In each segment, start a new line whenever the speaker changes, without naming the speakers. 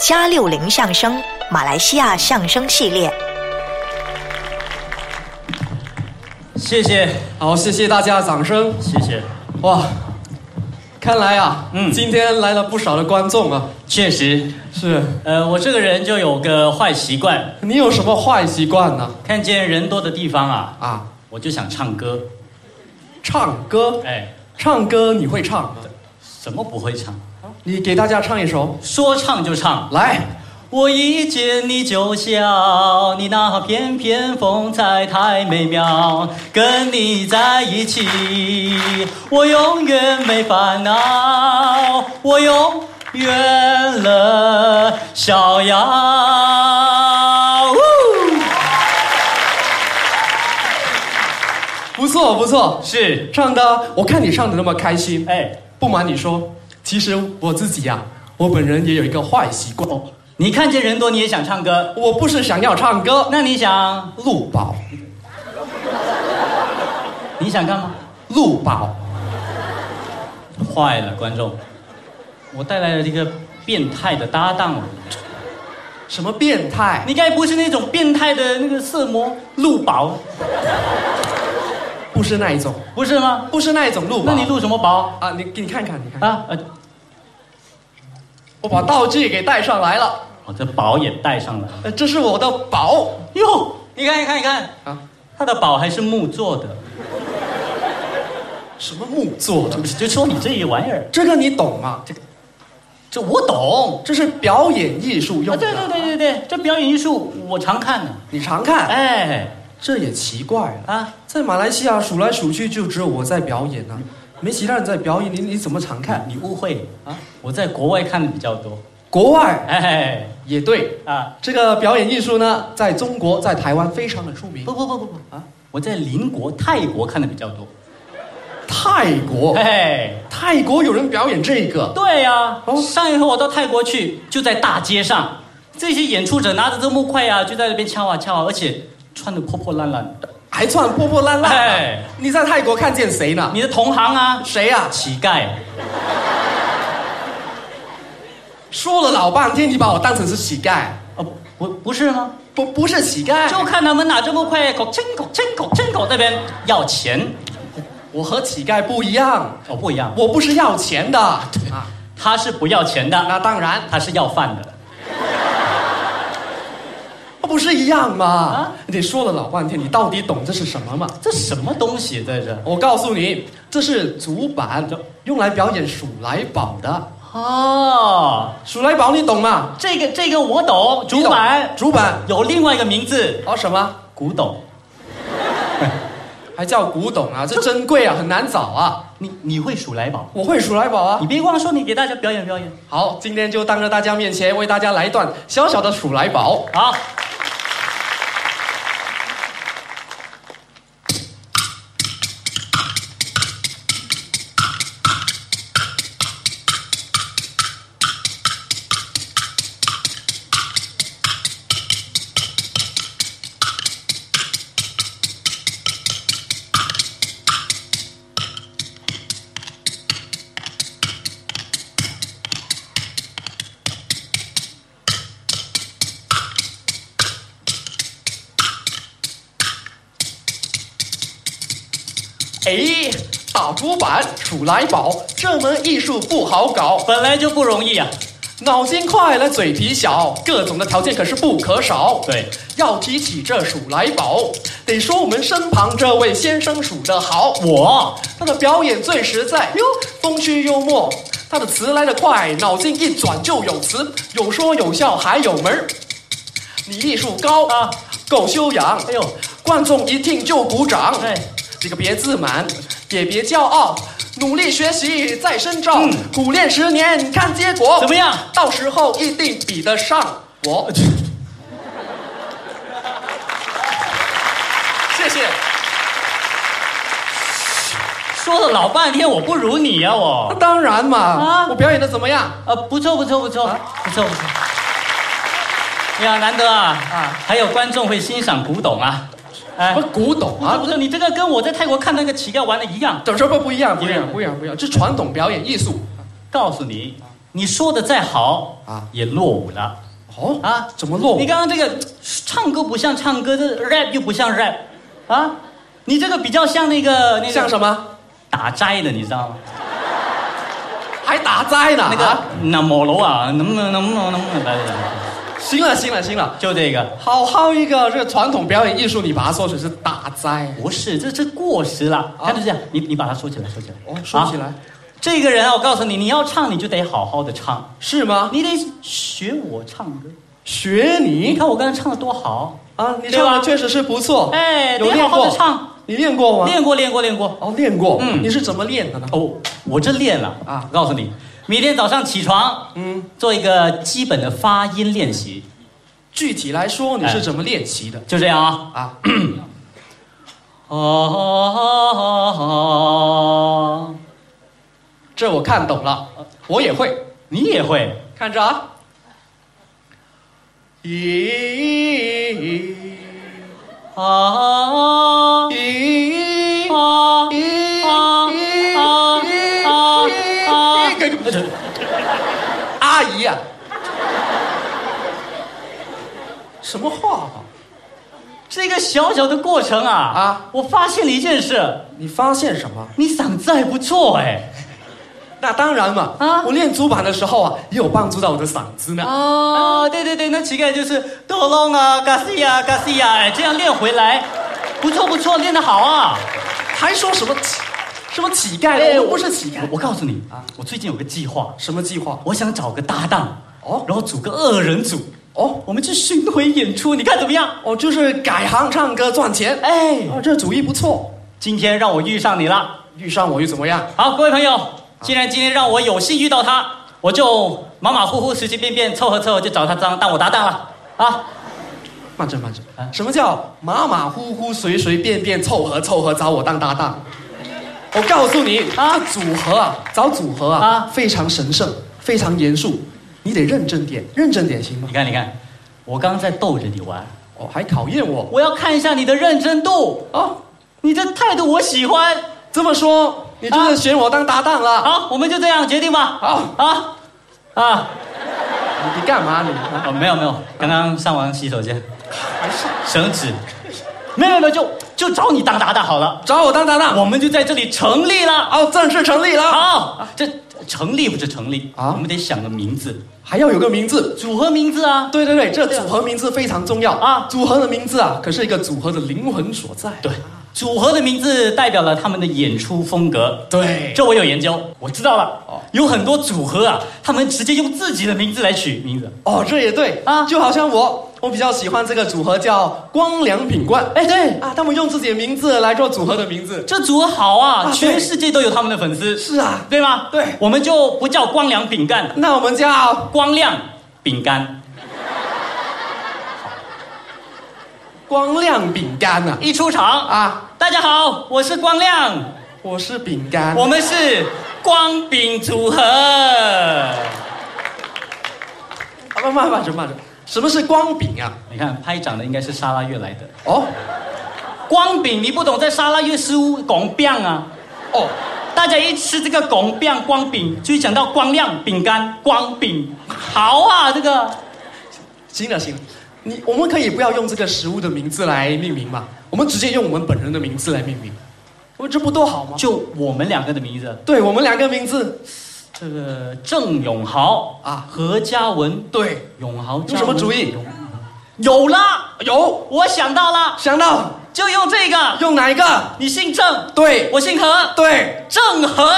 加六零相声马来西亚相声系列。
谢谢，
好，谢谢大家的掌声。
谢谢。
哇，看来啊，
嗯
今天来了不少的观众啊。
确实，
是
呃，我这个人就有个坏习惯，
你有什么坏习惯呢？
看见人多的地方啊，
啊，
我就想唱歌。
唱歌，
哎，
唱歌你会唱吗？
什么不会唱？
你给大家唱一首，
说唱就唱。
来。
我一见你就笑，你那翩翩风采太美妙，跟你在一起，我永远没烦恼，我永远了逍遥。呜
不错不错，
是，
唱的我看你唱的那么开心。
哎，
不瞒你说，其实我自己呀、我本人也有一个坏习惯，
你看见人多你也想唱歌，
我不是想要唱歌，
那你想
录宝
你想干嘛？
录宝，
坏了，观众，我带来了一个变态的搭档哦。
什么变态？
你该不是那种变态的那个色魔陆宝，
不是那一种，
不是吗？
不是那一种录宝。
那你录什么宝
啊，你给你看看，你看。
啊？呃，
我把道具给带上来了，
我哦这宝也带上了。
呃，这是我的宝
哟，你看，你看，你看，
啊，
他的宝还是木做的。
什么木做的？
就说你这一玩意儿，
这个你懂吗？这个
这我懂。
这是表演艺术
啊，
用的，
对对对对对，这表演艺术我常看呢。
你常看，
哎，
这也奇怪了，
啊，
在马来西亚数来数去就只有我在表演啊，没其他人在表演，你你怎么常看？
你误会啊，我在国外看的比较多。
国外
哎，
也对，
啊，
这个表演艺术呢，在中国在台湾非常的出名
不，不不不不
啊
啊，我在邻国泰国看的比较多。
泰国
哎，
泰国有人表演这个，
对呀、
哦
上一回我到泰国去，就在大街上，这些演出者拿着这木块呀、就在那边敲啊敲啊，而且穿的破破烂烂的。
还算破破烂烂
哎
的。你在泰国看见谁呢？
你的同行啊，
谁呀、
乞丐，
说了老半天，你把我当成是乞丐，
哦，不不是吗？
不不是乞丐，
就看他们拿着木块，口称口称口称口那边要钱，
我和乞丐不一样，
哦不一样，
我不是要钱的啊，
他是不要钱的，
那当然，
他是要饭的。
不是一样吗？
啊
你说了老半天，你到底懂这是什么吗？
这什么东西在这？
我告诉你，这是竹板，用来表演数来宝的。
哦，
数来宝你懂吗？
这个这个我懂，
你
主
懂
板
竹板
有另外一个名字，
哦什么？
古董。
还叫古董啊？这珍贵啊，很难找啊。
你你会数来宝？
我会数来宝啊
你。别光说，你给大家表演表演。
好，今天就当着大家面前为大家来一段小小的数来宝。
好，
哎，打竹板数来宝，这门艺术不好搞。
本来就不容易啊。
脑筋快了，嘴皮小，各种的条件可是不可少。
对，
要提起这数来宝，得说我们身旁这位先生数得好，
我
他的表演最实在，哟，风趣幽默，他的词来得快，脑筋一转就有词，有说有笑还有门儿。你艺术高啊，
啊，
够修养，
哎呦，
观众一听就鼓掌。
哎，
这个别自满，也别骄傲，努力学习再深造，
嗯
苦练十年看结果。
怎么样？
到时候一定比得上 我。谢谢。
说了老半天，我不如你呀、
那
我。
当然嘛，
啊
我表演的怎么样？
啊，不错不错不错，不错不错。哎呀，难得啊啊，还有观众会欣赏古董啊。哎
不，古董
啊，
啊
不，是你这个跟我在泰国看那个乞丐玩的一样。
怎么说不不一样？不一
一
样，
样
不一样，不一样，这是传统表演艺术。
告诉你，你说的再好
啊
也落伍了
哦啊，
啊！
怎么落伍
你刚刚这个唱歌不像唱歌，这 rap 又不像 rap，啊，你这个比较像那个那个
像什么？
打斋的，你知道吗？
还打斋呢？
那个
啊，
那某楼啊，能不能能不能能不能来来来，
行了行了行了，
就这个。
好好一个这个传统表演艺术，你把它说成是打斋
不是，这这过时了。
啊
他就这样，你你把它收起来，收起来。
哦，说起
啊
来、
这个人啊，我告诉你，你要唱你就得好好的唱，
是吗？
你得学我唱歌。
学
你
你
看我刚才唱的多好，
啊，你
对
唱
吧
的确实是不错，
哎，
哦有
得
练
好好
过
的唱，
你练过吗？
练过练过练过。
哦，练过。
嗯
你是怎么练的呢？
哦，我这练了
啊
啊！我告诉你，每天早上起床，
嗯，
做一个基本的发音练习，
具体来说，你是怎么练习的
就这样啊。
啊？
哦，
这我看懂了，我也会。
你也会？
看着啊，咦
啊
咦咦
啊！
阿姨呀、什么话啊？
这个小小的过程啊
啊
啊，我发现了一件事，
你发现什么？
你嗓子还不错哎。
那当然嘛，
啊
我练主板的时候啊，也有帮助到我的嗓子呢。
哦，对对对，那乞丐就是多隆啊，嘎西呀，嘎西呀，哎，这样练回来，不错不错，练得好啊。
还说什么乞什么乞丐？
哎
我们不是乞丐
我。我告诉你
啊
啊，我最近有个计划，
什么计划？
我想找个搭档
哦
哦，然后组个二人组，
哦
我们去巡回演出，你看怎么样？
哦，就是改行唱歌赚钱。哎，
哎，
哦，这主意不错。
今天让我遇上你了。
遇上我又怎么样？
好，各位朋友，既然今天让我有幸遇到他，我就马马虎虎、随随便便凑合凑合就找他当当我搭档了啊。
慢着慢着
啊，
什么叫马马虎虎、随随便便、凑合凑合找我当搭档？我告诉你啊，这组合啊，找组合啊，
啊
非常神圣，非常严肃，你得认真点，认真点行吗
你？看，你看，我刚在逗着你玩，
哦，还考验我
我要看一下你的认真度，
哦。
你的态度我喜欢。
这么说，你
啊
就是选我当搭档了？
好，我们就这样决定吧。
好
啊啊
你你干嘛你？啊
哦，没有没有，刚刚上完洗手间，
还是
省纸。没有没有，就就找你当搭档好了，
找我当搭档？
我们就在这里成立了。
哦，正式成立了。
好，这成立不是成立
啊
啊，我们得想个名字，
还要有个名字。
组合名字啊。
对对对，这组合名字非常重要啊
啊！
组合的名字啊，可是一个组合的灵魂所在。
对，组合的名字代表了他们的演出风格。
对，
这我有研究，我知道了。
哦
有很多组合啊，他们直接用自己的名字来取名字。
哦，这也对啊，
啊
就好像我，我比较喜欢这个组合叫光良品冠
哎，对，
啊，他们用自己的名字来做组合的名字。
这组合好
啊
啊，
对
全世界都有他们的粉丝，
是啊，
对吗？
对
我们就不叫光良饼干，
那我们叫
光亮饼干。
光亮饼干呐
一出场啊，
啊，
大家好，我是光亮，
我是饼干，
我们是光饼组合。
啊慢慢慢着慢着，什么是光饼啊？
你看，拍掌的应该是沙拉越来的。
哦
光饼你不懂，在沙拉越是屋拱饼啊。
哦，
大家一吃这个拱饼光饼，就会想到光亮饼干光饼，好啊，这个
行了行了，你我们可以不要用这个食物的名字来命名嘛，我们直接用我们本人的名字来命名，我这不都好吗？
就我们两个的名字，
对我们两个名字，
这个郑永豪
啊
啊，何嘉文，
对，
永豪嘉文
有什么主意？
有啦，
有
我想到啦，
想到
就用这个。
用哪一个？
你姓郑，
对，
我姓何，
对。
郑和。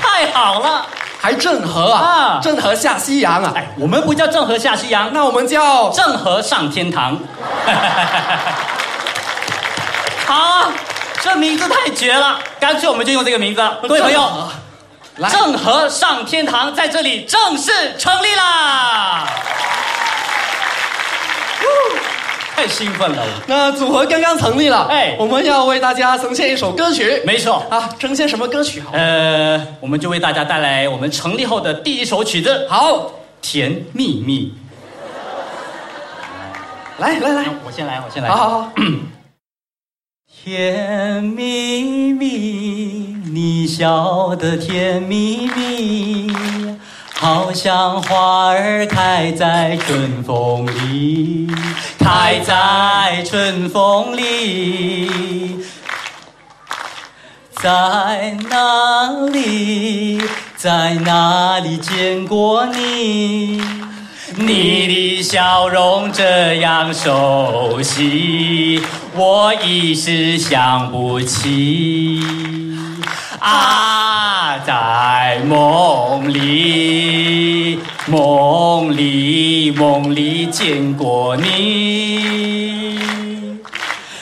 太好了，
还郑和啊，
啊
郑和下西洋啊，
哎，我们不叫郑和下西洋，
那我们叫
郑和上天堂。 好啊，这名字太绝了，干脆我们就用这个 名字了。各位朋
郑
友，
和来，
郑和上天堂在这里正式成立啦！呜 太兴奋了，我
那组合刚刚成立了，哎
哎，
我们要为大家呈现一首歌曲，
没错。
啊，呈现什么歌曲好？
呃，我们就为大家带来我们成立后的第一首曲子《
好，
甜蜜蜜
来来》来，。
我先来，我先来。
好好好，
甜蜜蜜，你笑得甜蜜蜜，好像花儿开在春风里，开在春风里。在哪里，在哪里见过你？你的笑容这样熟悉，我一时想不起。啊，在梦里，梦里，梦里见过你。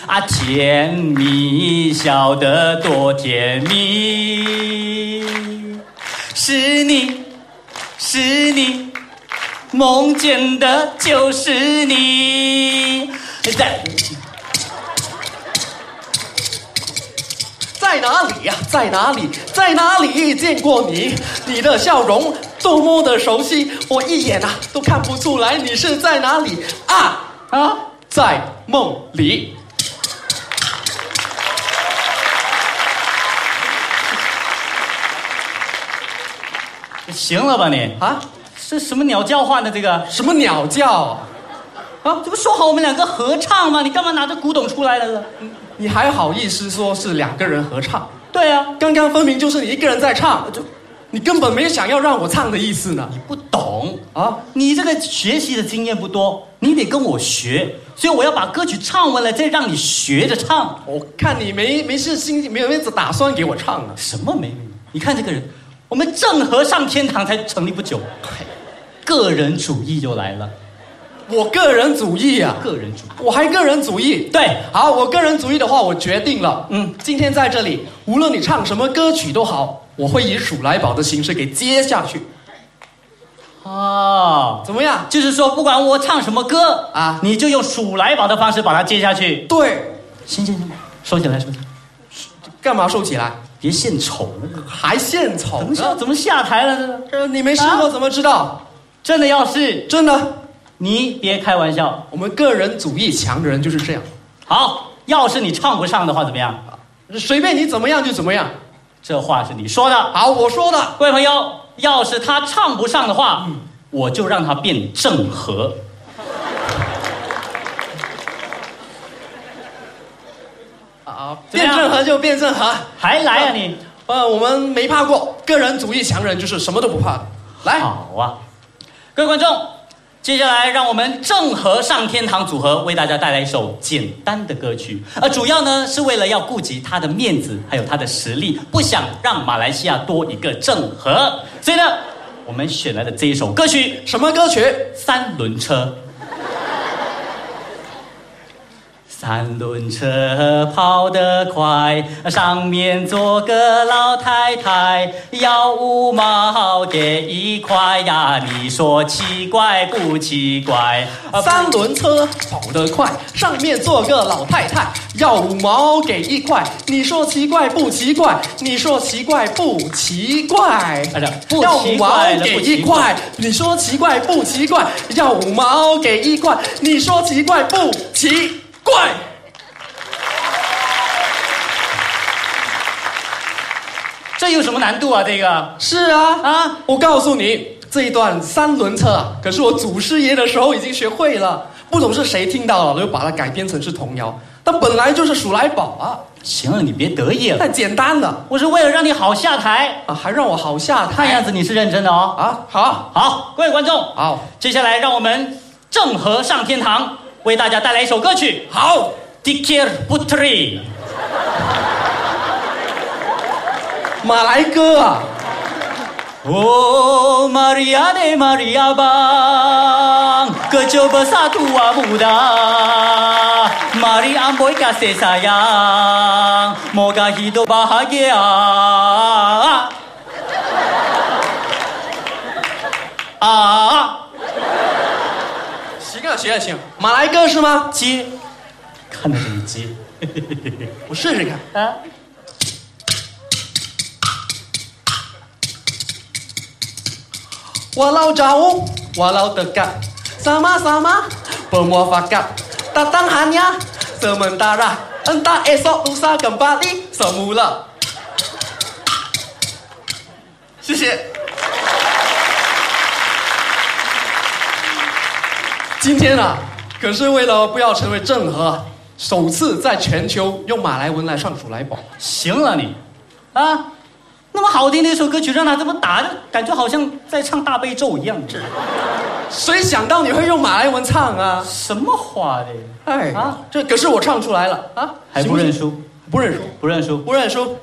啊，甜蜜笑得多甜蜜，是你，是你，梦见的就是你，哎在
在哪里呀、在哪里？在哪里见过你？你的笑容多么的熟悉，我一眼啊都看不出来你是在哪里啊啊！在梦里。
行了吧你？
啊，
这什么鸟叫唤的这个？
什么鸟叫？
啊，这不说好我们两个合唱吗？你干嘛拿着古董出来了？
你还好意思说是两个人合唱？
对啊，
刚刚分明就是你一个人在唱，就你根本没想要让我唱的意思呢。
不懂
啊，
你这个学习的经验不多，你得跟我学，所以我要把歌曲唱完了，再让你学着唱。
我看你没没事心，没有没有打算给我唱呢。
什么没没？你看这个人，我们郑和上天堂才成立不久，个人主义就来了。
我个人主义啊，
个人主义，
我还个人主义。
对，
好，我个人主义的话，我决定了。
嗯
嗯，今天在这里，无论你唱什么歌曲都好，我会以数来宝的形式给接下去，
哦，
怎么样？
就是说不管我唱什么歌啊
啊，
你就用数来宝的方式把它接下去。
对，
行行行，收起来收起来，
干嘛收起来？
别献丑，
还献丑
怎么下
呢？
怎么下台了这个？
这你没试
啊
过怎么知道？
真的要是
真的，
你别开玩笑，
我们个人主义强的人就是这样，
好，要是你唱不上的话怎么样？
随便你怎么样就怎么样。
这话是你说的，
好，我说的，
各位朋友，要是他唱不上的话，我就让他变郑和。
啊，
怎么
辩
样
证和就辩证和。
还来啊你？
呃，我们没怕过，个人主义强人就是什么都不怕的。来，
好啊，各位观众，接下来让我们郑和上天堂组合为大家带来一首简单的歌曲，呃，主要呢是为了要顾及他的面子，还有他的实力，不想让马来西亚多一个郑和，所以呢，我们选来的这一首歌曲
什么歌曲？
《三轮车》。三轮车跑得快，上面坐个老太太，要五毛给一块呀，你说奇怪不奇怪？啊
三轮车跑得快，上面坐个老太太，要五毛给一块。你说奇怪不奇怪？你说奇怪不奇怪？
哎呀不
要
奇
五毛
怪了
给
不奇
一块，你说奇怪不奇怪？要五毛给一块，你说奇怪不奇怪？
这有什么难度啊？这个
是啊，
啊，
我告诉你，这一段三轮车啊，可是我祖师爷的时候已经学会了，不懂是谁听到了，就把它改编成是童谣。但本来就是数来宝啊，
行了，你别得意了，
太简单了。
我是为了让你好下台。
啊，还让我好下
看
台
样子你是认真的哦。
啊！好，
好，各位观众，
好，
接下来让我们郑和上天堂为大家带来一首歌曲。
好，
Dikir Putri，
马来哥啊，
Oh Maria de Maria bang Kecil besar tua muda Mari amboi kasih sayang Moga hidup bahagia 啊 Ah
行啊，行啊，行啊，马来哥是吗？
接看到你接
我试试看。
啊
Walau jauh, walau dekat, sama-sama bermuafakat. Datang hanya sementara. entah esok lusa kembali semula。谢谢。今天啊，可是为了不要成为郑和啊，首次在全球用马来文来唱《鼠来宝》。
行了你，啊，那么好听的一首歌曲，让他这么打，就感觉好像在唱大悲咒一样。这
谁想到你会用马来文唱啊？
什么话的？
哎啊，这可是我唱出来了啊，
还
行
不
行
认，输？
不认输，
不认输？
不认输。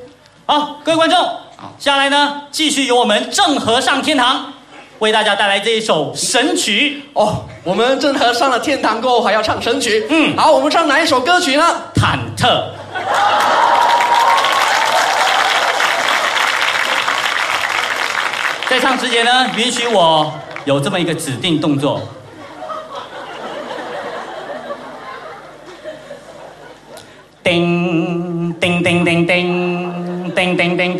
好，各位观众，下来呢，继续由我们郑和上天堂为大家带来这一首神曲
哦，我们郑和上了天堂过后还要唱神曲，
嗯
好，我们唱哪一首歌曲呢？
《忐忑》。在唱之前呢，允许我有这么一个指定动作。叮叮叮叮叮叮叮叮叮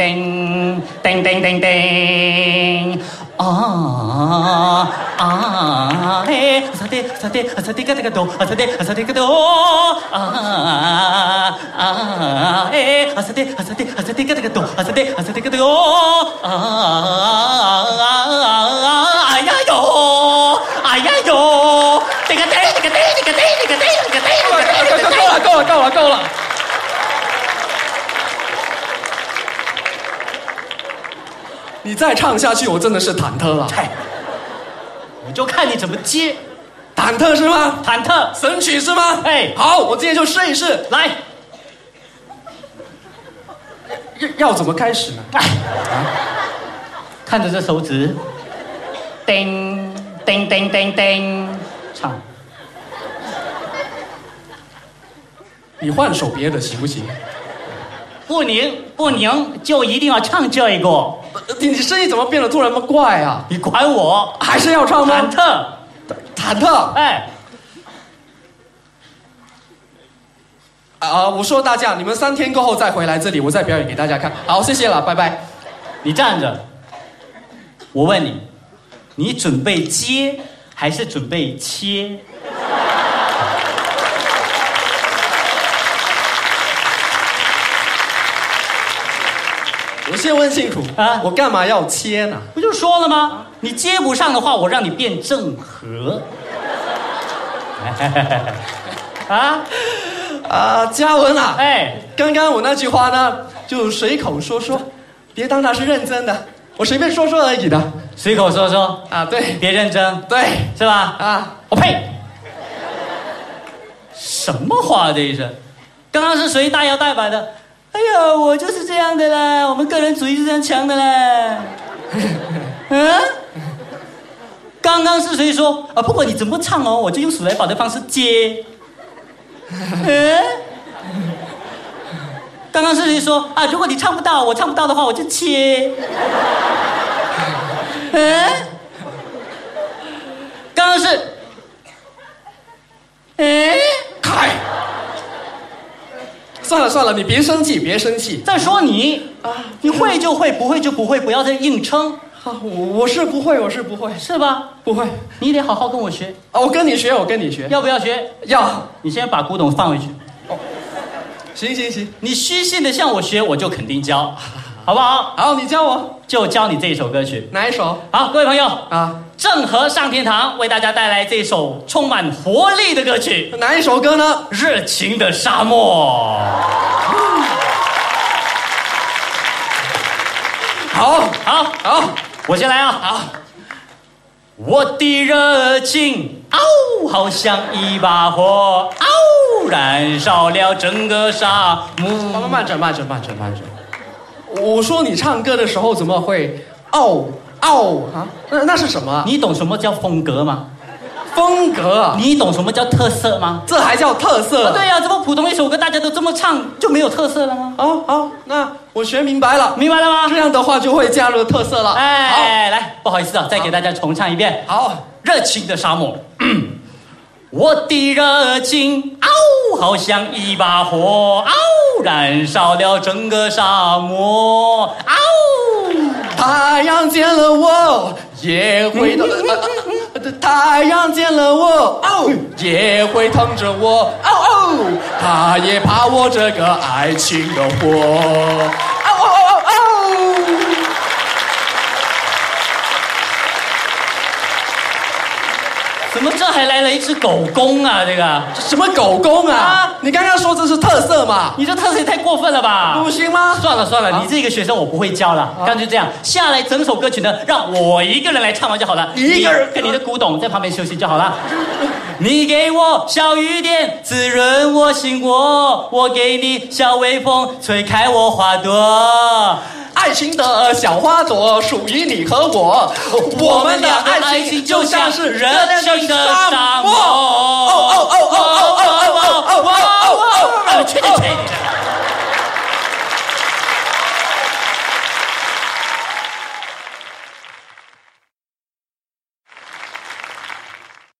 叮叮叮叮啊啊嘿，萨蒂萨蒂萨蒂嘎达嘎多，萨蒂萨蒂嘎多啊啊嘿，萨蒂萨蒂萨蒂嘎达嘎多，萨蒂萨蒂嘎多啊啊哎呀哟，哎呀哟，这个这个这个这个这个这个这个这个这个。
够了，够了，够了，够了。你再唱下去，我真的是忐忑了。
嗨，我就看哎你怎么接，
忐忑是吗？
忐忑，
神曲是吗？
哎
好，我今天就试一试。
来，
要要怎么开始呢？
哎看着这手指，叮叮叮叮叮，唱，
你换首别的行不行？
不宁不宁就一定要唱这个，
呃你你声音怎么变得突然那么怪啊？
你管我，
还是要唱
忐
吗？
忑，
忐忑
哎，
啊！我说大家，你们三天过后再回来这里，我再表演给大家看。好，谢谢了，拜拜。
你站着，我问你，你准备接还是准备切？
我先问清楚
啊
啊，我干嘛要切呢？
不就说了吗？你接不上的话，我让你变郑和。啊，
啊，嘉文啊，
哎，
刚刚我那句话呢，就随口说说，别当它是认真的，我随便说说而已的。
随口说说，
啊，对
别认真，
对
是吧？
啊，
我哦呸！什么话这一是？刚刚是谁大摇大摆的？哎呀，我就是这样的啦，我们个人主义是这样强的啦。 嗯，刚刚是谁说啊？不管你怎么唱哦，我就用数来宝的方式接。 嗯，刚刚是谁说啊？如果你唱不到，我唱不到的话，我就切。 嗯，刚刚是，哎，
开。算了算了，你别生气，别生气
再说你
啊
你会就会，不会就不会，不要再硬撑，
啊！我我是不会，我是不会，
是吧？
不会
你得好好跟我学，
啊！我跟你学，我跟你学，
要不要学？
要
你先把古董放回去，
行行行，
你虚心的向我学，我就肯定 教，好不好？
好，你教我
就教你这一首歌曲。
哪一首
好，各位朋友，
啊？
郑和上天堂为大家带来这首充满活力的歌曲
哪一首歌呢？
《热情的沙漠》。
好，
好，
好，
我先来啊！好，我的热情嗷、好像一把火嗷、燃烧了整个沙
慢慢
漠。
慢着，慢着，慢着，慢着。我说你唱歌的时候怎么会哦哦啊？那那是什么啊？
你懂什么叫风格吗？
风格啊？
你懂什么叫特色吗？
这还叫特色？
啊，对呀、这么普通一首歌，大家都这么唱，就没有特色了吗？
好好，那我学明白了，
明白了
这
吗？
样的话就会加入特色了。哎，
哎，来，不好意思啊，再给大家重唱一遍。
好，
热情的沙漠。 我的热情，嗷、好像一把火，嗷、燃烧了整个沙漠，嗷、
太阳见了我，也会疼。呃呃呃太阳见了我，哦，也会疼着我，哦哦，他也怕我这个爱情的火。哦哦哦哦哦！
怎么这还来了一只狗公啊？这个，
什么狗公啊
啊？
你刚刚说这是特色嘛？
你这特色也太过分了吧？
不行吗？
算了算了，
啊
你这个学生我不会教了，干脆这样，下来整首歌曲呢，让我一个人来唱完就好了，
一个人
你跟你的古董在旁边休息就好了。你给我小雨点滋润我心窝，我给你小微风吹开我花朵。
爱情的小花朵属于你和我，我们的爱情就像是人生的沙漠。哦哦哦哦